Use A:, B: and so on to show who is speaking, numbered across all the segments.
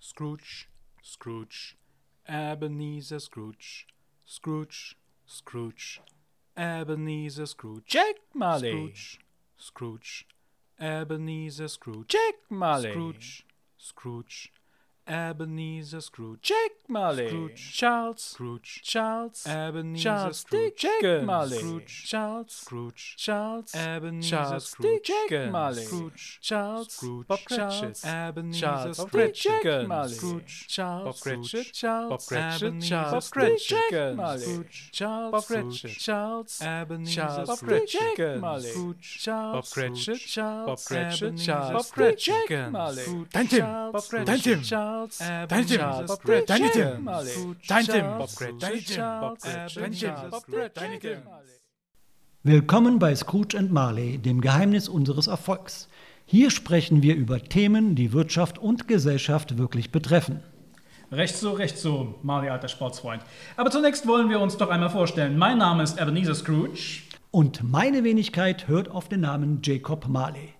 A: Scrooge, Scrooge, Ebenezer Scrooge, Scrooge, Scrooge, Ebenezer Scrooge,
B: Jack Marley.
A: Scrooge, Scrooge, Ebenezer Scrooge,
B: Jack Marley.
A: Scrooge, Scrooge, Ebenezer Scrooge,
B: Jack Marley.
A: Scrooge.
B: Charles.
A: Scrooge,
B: Charles.
A: Ebenezer
B: Charles
A: Scrooge,
B: Dickens.
A: Jack
B: Jack Marley.
A: Scrooge,
B: Charles.
A: Scrooge,
B: Charles.
A: Ebenezer
B: Charles
A: Scrooge,
B: Dickens. Jack Marley.
A: Scrooge,
B: Charles.
A: Scrooge.
B: Bob
A: Charles.
B: Cratchit.
A: Ebenezer
B: Charles.
A: Scrooge,
B: Jack Marley.
A: Scrooge,
B: Charles.
A: Bob Cratchit.
B: Charles.
A: Bob Cratchit.
B: Ebenezer
A: Charles.
B: Scrooge.
A: Scrooge.
B: Jack Marley.
A: Scrooge.
B: Charles.
A: Bob Cratchit.
B: Charles.
A: Ebenezer
B: Charles.
A: Scrooge,
B: Jack Marley.
A: Scrooge,
B: Charles.
A: Bob Cratchit.
B: Charles.
A: Bob Cratchit.
B: Charles.
A: Bob
B: Bob
A: Cratchit.
B: Jack Marley.
A: Scrooge.
C: Dein Tim.
B: Charles.
A: Bob Cratchit.
C: Dein Tim.
B: Charles.
A: Ebenezer
B: Charles.
A: Scrooge,
C: Deine
B: Jack
C: Tim.
B: Marley.
A: Scrooge,
C: Dein Tim.
B: Charles.
A: Bob Cratchit.
C: Deine Tim.
B: Charles.
A: Bob Cratchit.
B: Ebenezer
A: Bob
B: Scrooge, Jack
A: Cratchit.
C: Deine Tim.
B: Marley.
D: Willkommen bei Scrooge and Marley, dem Geheimnis unseres Erfolgs. Hier sprechen wir über Themen, die Wirtschaft und Gesellschaft wirklich betreffen.
E: Recht so, recht so, Mario, alter Sportsfreund. Aber zunächst wollen wir uns doch einmal vorstellen. Mein Name ist Ebenezer Scrooge.
D: Und meine Wenigkeit hört auf den Namen Jacob Marley.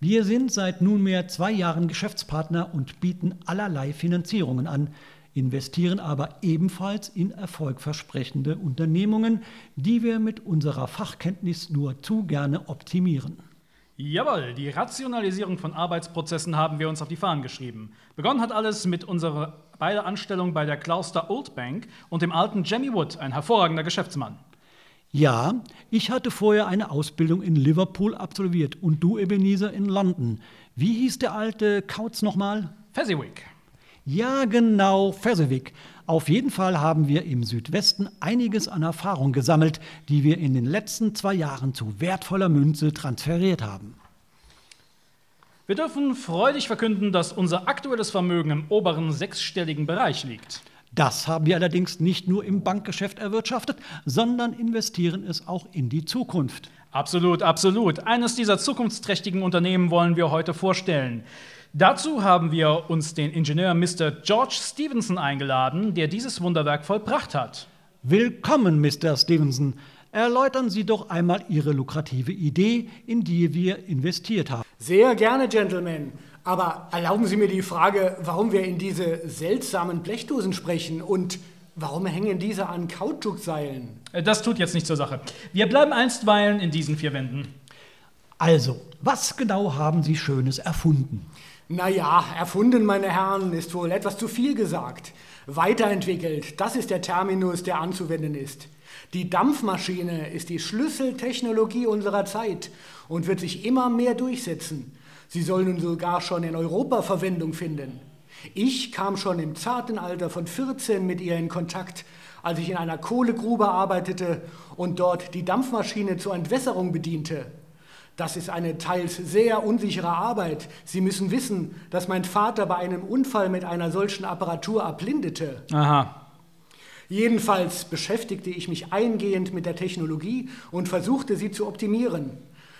D: Wir sind seit nunmehr zwei Jahren Geschäftspartner und bieten allerlei Finanzierungen an, investieren aber ebenfalls in erfolgversprechende Unternehmungen, die wir mit unserer Fachkenntnis nur zu gerne optimieren.
E: Jawohl, die Rationalisierung von Arbeitsprozessen haben wir uns auf die Fahnen geschrieben. Begonnen hat alles mit unserer beider Anstellung bei der Klauster Old Bank und dem alten Jamie Wood, ein hervorragender Geschäftsmann.
D: Ja, ich hatte vorher eine Ausbildung in Liverpool absolviert und du, Ebenezer, in London. Wie hieß der alte Kauz nochmal?
E: Fezziwig.
D: Ja, genau, Fersewig. Auf jeden Fall haben wir im Südwesten einiges an Erfahrung gesammelt, die wir in den letzten zwei Jahren zu wertvoller Münze transferiert haben.
E: Wir dürfen freudig verkünden, dass unser aktuelles Vermögen im oberen sechsstelligen Bereich liegt.
D: Das haben wir allerdings nicht nur im Bankgeschäft erwirtschaftet, sondern investieren es auch in die Zukunft.
E: Absolut, absolut. Eines dieser zukunftsträchtigen Unternehmen wollen wir heute vorstellen. Dazu haben wir uns den Ingenieur Mr. George Stevenson eingeladen, der dieses Wunderwerk vollbracht hat.
D: Willkommen, Mr. Stevenson. Erläutern Sie doch einmal Ihre lukrative Idee, in die wir investiert haben.
F: Sehr gerne, Gentlemen. Aber erlauben Sie mir die Frage, warum wir in diese seltsamen Blechdosen sprechen und warum hängen diese an Kautschukseilen?
E: Äh, Das tut jetzt nicht zur Sache. Wir bleiben einstweilen in diesen vier Wänden.
D: Also, was genau haben Sie Schönes erfunden?
F: Naja, erfunden, meine Herren, ist wohl etwas zu viel gesagt. Weiterentwickelt, das ist der Terminus, der anzuwenden ist. Die Dampfmaschine ist die Schlüsseltechnologie unserer Zeit und wird sich immer mehr durchsetzen. Sie soll nun sogar schon in Europa Verwendung finden. Ich kam schon im zarten Alter von 14 mit ihr in Kontakt, als ich in einer Kohlegrube arbeitete und dort die Dampfmaschine zur Entwässerung bediente. Das ist eine teils sehr unsichere Arbeit. Sie müssen wissen, dass mein Vater bei einem Unfall mit einer solchen Apparatur erblindete.
E: Aha.
F: Jedenfalls beschäftigte ich mich eingehend mit der Technologie und versuchte sie zu optimieren.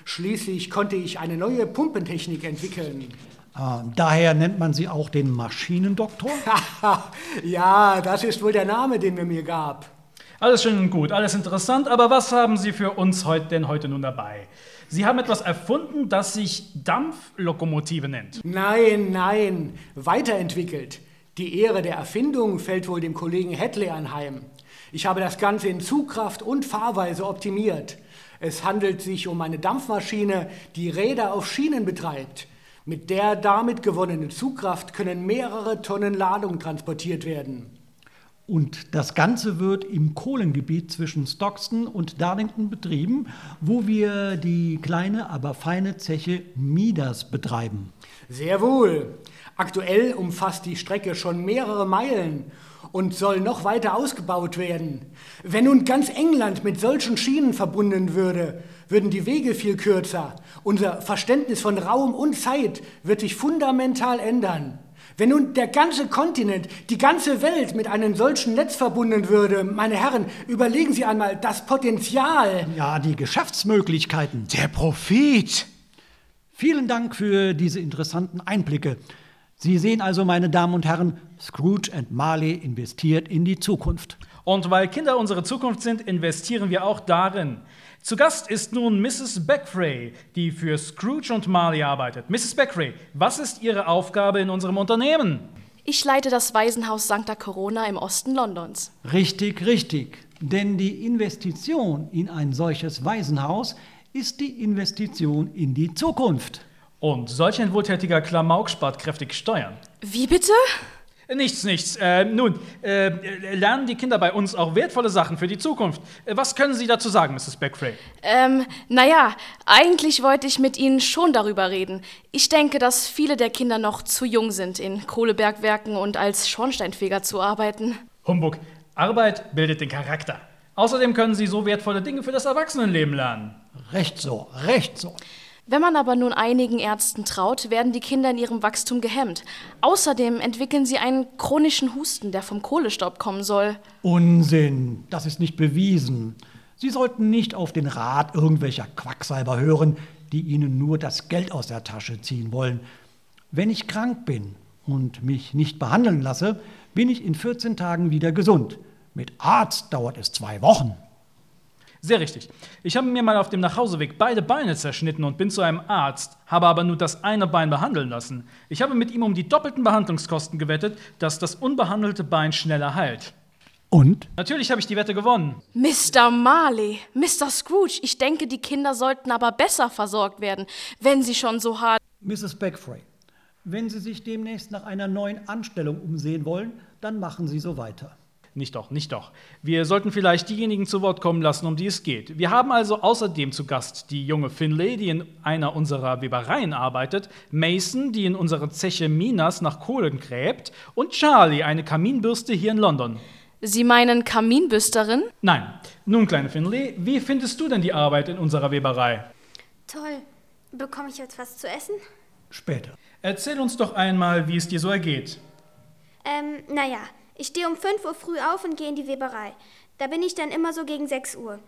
F: Schließlich konnte ich eine neue Pumpentechnik entwickeln.
D: Ah, daher nennt man sie auch den Maschinendoktor.
F: Haha, ja, das ist wohl der Name, den man mir gab.
E: Alles schön und gut, alles interessant, aber was haben Sie für uns heut, denn heute nun dabei? Sie haben etwas erfunden, das sich Dampflokomotive nennt.
F: Nein, nein, weiterentwickelt. Die Ehre der Erfindung fällt wohl dem Kollegen Hedley anheim. Ich habe das Ganze in Zugkraft und Fahrweise optimiert. Es handelt sich um eine Dampfmaschine, die Räder auf Schienen betreibt. Mit der damit gewonnenen Zugkraft können mehrere Tonnen Ladung transportiert werden.
D: Und das Ganze wird im Kohlengebiet zwischen Stockton und Darlington betrieben, wo wir die kleine, aber feine Zeche Midas betreiben.
F: Sehr wohl. Aktuell umfasst die Strecke schon mehrere Meilen und soll noch weiter ausgebaut werden. Wenn nun ganz England mit solchen Schienen verbunden würde, würden die Wege viel kürzer. Unser Verständnis von Raum und Zeit wird sich fundamental ändern. Wenn nun der ganze Kontinent, die ganze Welt mit einem solchen Netz verbunden würde, meine Herren, überlegen Sie einmal das Potenzial.
D: Ja, die Geschäftsmöglichkeiten.
C: Der Prophet.
D: Vielen Dank für diese interessanten Einblicke. Sie sehen also, meine Damen und Herren, Scrooge and Marley investiert in die Zukunft.
E: Und weil Kinder unsere Zukunft sind, investieren wir auch darin. Zu Gast ist nun Mrs. Beckfrey, die für Scrooge und Marley arbeitet. Mrs. Beckfrey, was ist Ihre Aufgabe in unserem Unternehmen?
C: Ich leite das Waisenhaus Sancta Corona im Osten Londons.
D: Richtig, richtig. Denn die Investition in ein solches Waisenhaus ist die Investition in die Zukunft.
E: Und solch ein wohltätiger Klamauk spart kräftig Steuern.
C: Wie bitte?
E: Nichts, nichts. Äh, nun, äh, äh, lernen die Kinder bei uns auch wertvolle Sachen für die Zukunft. Äh, Was können Sie dazu sagen, Mrs. Beckfrey?
C: Ähm, naja, eigentlich wollte ich mit Ihnen schon darüber reden. Ich denke, dass viele der Kinder noch zu jung sind, in Kohlebergwerken und als Schornsteinfeger zu arbeiten.
E: Humbug. Arbeit bildet den Charakter. Außerdem können Sie so wertvolle Dinge für das Erwachsenenleben lernen.
D: Recht so, recht so.
C: Wenn man aber nun einigen Ärzten traut, werden die Kinder in ihrem Wachstum gehemmt. Außerdem entwickeln sie einen chronischen Husten, der vom Kohlestaub kommen soll.
D: Unsinn, das ist nicht bewiesen. Sie sollten nicht auf den Rat irgendwelcher Quacksalber hören, die Ihnen nur das Geld aus der Tasche ziehen wollen. Wenn ich krank bin und mich nicht behandeln lasse, bin ich in 14 Tagen wieder gesund. Mit Arzt dauert es zwei Wochen.
E: Sehr richtig. Ich habe mir mal auf dem Nachhauseweg beide Beine zerschnitten und bin zu einem Arzt, habe aber nur das eine Bein behandeln lassen. Ich habe mit ihm um die doppelten Behandlungskosten gewettet, dass das unbehandelte Bein schneller heilt.
D: Und?
E: Natürlich habe ich die Wette gewonnen.
C: Mr. Marley, Mr. Scrooge, ich denke, die Kinder sollten aber besser versorgt werden, wenn sie schon so hart.
D: Mrs. Beckfrey, wenn Sie sich demnächst nach einer neuen Anstellung umsehen wollen, dann machen Sie so weiter.
E: Nicht doch, nicht doch. Wir sollten vielleicht diejenigen zu Wort kommen lassen, um die es geht. Wir haben also außerdem zu Gast die junge Finlay, die in einer unserer Webereien arbeitet, Mason, die in unserer Zeche Minas nach Kohlen gräbt, und Charlie, eine Kaminbürste hier in London.
C: Sie meinen Kaminbüsterin?
E: Nein. Nun, kleine Finlay, wie findest du denn die Arbeit in unserer Weberei?
G: Toll. Bekomme ich jetzt was zu essen?
D: Später.
E: Erzähl uns doch einmal, wie es dir so ergeht.
G: Ähm, naja, ich stehe um 5 Uhr früh auf und gehe in die Weberei. Da bin ich dann immer so gegen 6 Uhr.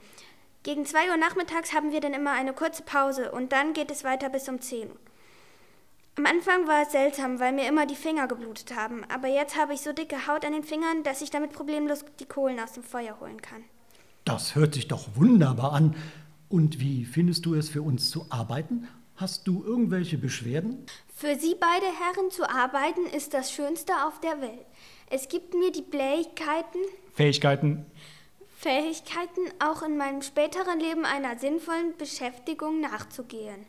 G: Gegen 2 Uhr nachmittags haben wir dann immer eine kurze Pause und dann geht es weiter bis um 10 Uhr. Am Anfang war es seltsam, weil mir immer die Finger geblutet haben, aber jetzt habe ich so dicke Haut an den Fingern, dass ich damit problemlos die Kohlen aus dem Feuer holen kann.
D: Das hört sich doch wunderbar an. Und wie findest du es für uns zu arbeiten? Hast du irgendwelche Beschwerden?
G: Für Sie beide Herren zu arbeiten ist das Schönste auf der Welt. Es gibt mir die Blähigkeiten,
E: Fähigkeiten.
G: Fähigkeiten, auch in meinem späteren Leben einer sinnvollen Beschäftigung nachzugehen.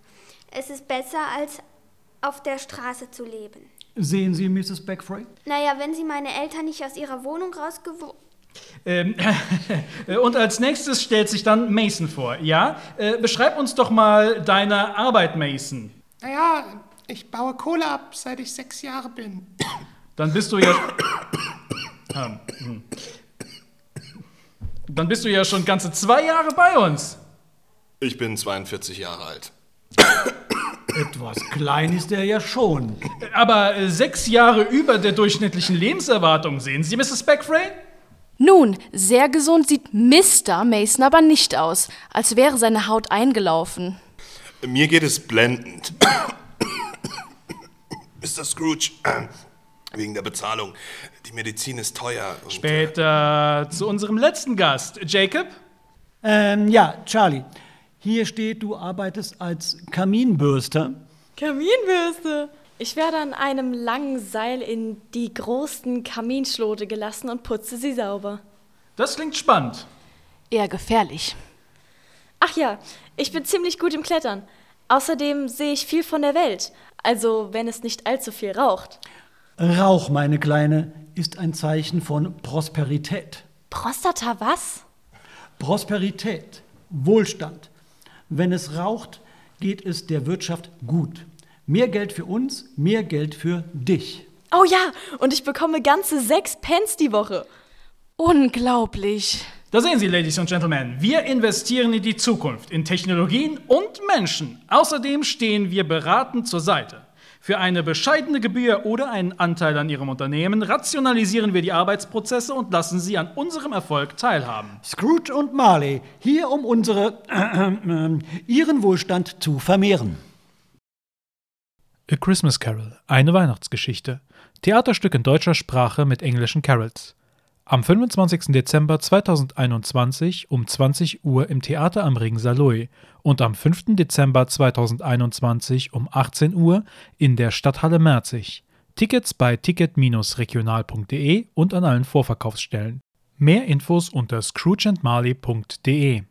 G: Es ist besser, als auf der Straße zu leben.
D: Sehen Sie, Mrs. Beckfrey?
G: Naja, wenn Sie meine Eltern nicht aus ihrer Wohnung rausgeworfen...
E: Ähm, und als nächstes stellt sich dann Mason vor. Ja? Äh, beschreib uns doch mal deine Arbeit, Mason.
H: Naja, ich baue Kohle ab, seit ich sechs Jahre bin.
E: Dann bist du ja. Ähm, hm. Dann bist du ja schon ganze zwei Jahre bei uns.
I: Ich bin 42 Jahre alt.
D: Etwas klein ist er ja schon.
E: Aber äh, sechs Jahre über der durchschnittlichen Lebenserwartung sehen Sie, Mrs. Beckfrey?
C: Nun, sehr gesund sieht Mr. Mason aber nicht aus, als wäre seine Haut eingelaufen.
I: Mir geht es blendend. Mr. Scrooge, äh, wegen der Bezahlung. Die Medizin ist teuer. und, äh,
E: Später zu unserem letzten Gast, Jacob.
D: Ähm, ja, Charlie. Hier steht, du arbeitest als Kaminbürster.
J: Kaminbürste. Ich werde an einem langen Seil in die großen Kaminschlote gelassen und putze sie sauber.
E: Das klingt spannend.
C: Eher gefährlich.
J: Ach ja, ich bin ziemlich gut im Klettern. Außerdem sehe ich viel von der Welt. Also, wenn es nicht allzu viel raucht.
D: Rauch, meine Kleine, ist ein Zeichen von Prosperität.
J: Prostata Ah, was?
D: Prosperität, Wohlstand. Wenn es raucht, geht es der Wirtschaft gut. Mehr Geld für uns, mehr Geld für dich.
J: Oh ja, und ich bekomme ganze sechs Pence die Woche.
C: Unglaublich.
E: Da sehen Sie, Ladies und Gentlemen, wir investieren in die Zukunft, in Technologien und Menschen. Außerdem stehen wir beratend zur Seite. Für eine bescheidene Gebühr oder einen Anteil an Ihrem Unternehmen rationalisieren wir die Arbeitsprozesse und lassen Sie an unserem Erfolg teilhaben.
D: Scrooge und Marley, hier um unsere, ähm, ihren Wohlstand zu vermehren.
A: A Christmas Carol, eine Weihnachtsgeschichte. Theaterstück in deutscher Sprache mit englischen Carols. Am 25. Dezember 2021 um 20 Uhr im Theater am Ring Saloy und am 5. Dezember 2021 um 18 Uhr in der Stadthalle Merzig. Tickets bei ticket-regional.de und an allen Vorverkaufsstellen. Mehr Infos unter scroogeandmarley.de